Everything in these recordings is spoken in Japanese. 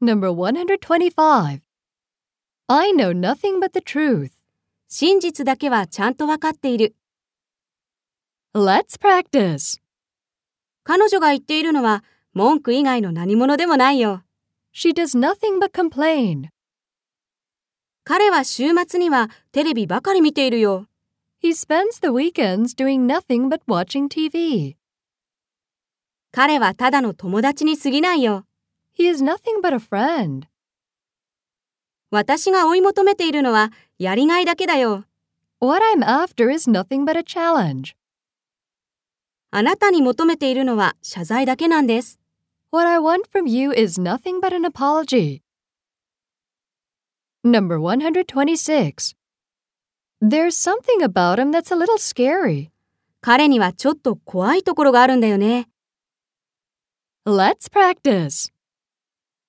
Number 125. I know nothing but the truth. 真実だけはちゃんとわかっている。 Let's practice. 彼女が言っているのは文句以外の何者でもないよ。 She does nothing but complain. 彼は週末にはテレビばかり見ているよ。 He spends the weekends doing nothing but watching TV. 彼はただの友達に過ぎないよ。 He is nothing but a friend. 私が追い求めているのはやりがいだけだよ。 What I'm after is nothing but a challenge. あなたに求めているのは謝罪だけなんです。 What I want from you is nothing but an apology. Number 126. There's something about him that's a little scary. 彼にはちょっと怖いところがあるんだよね。 Let's practice.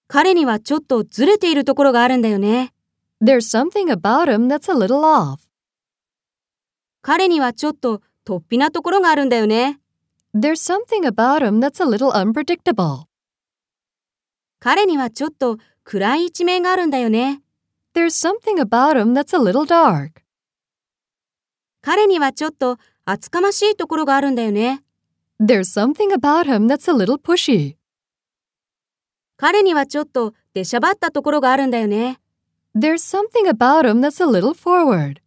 彼にはちょっとずれているところがあるんだよね。 There's something about him that's a little off. 彼にはちょっと突飛なところがあるんだよね。 There's something about him that's a little unpredictable. 彼にはちょっと暗い一面があるんだよね。 There's something about him that's a little dark. 彼にはちょっと厚かましいところがあるんだよね。 There's something about him that's a little pushy. 彼にはちょっと出しゃばったところがあるんだよね。 There's something about him that's a little forward.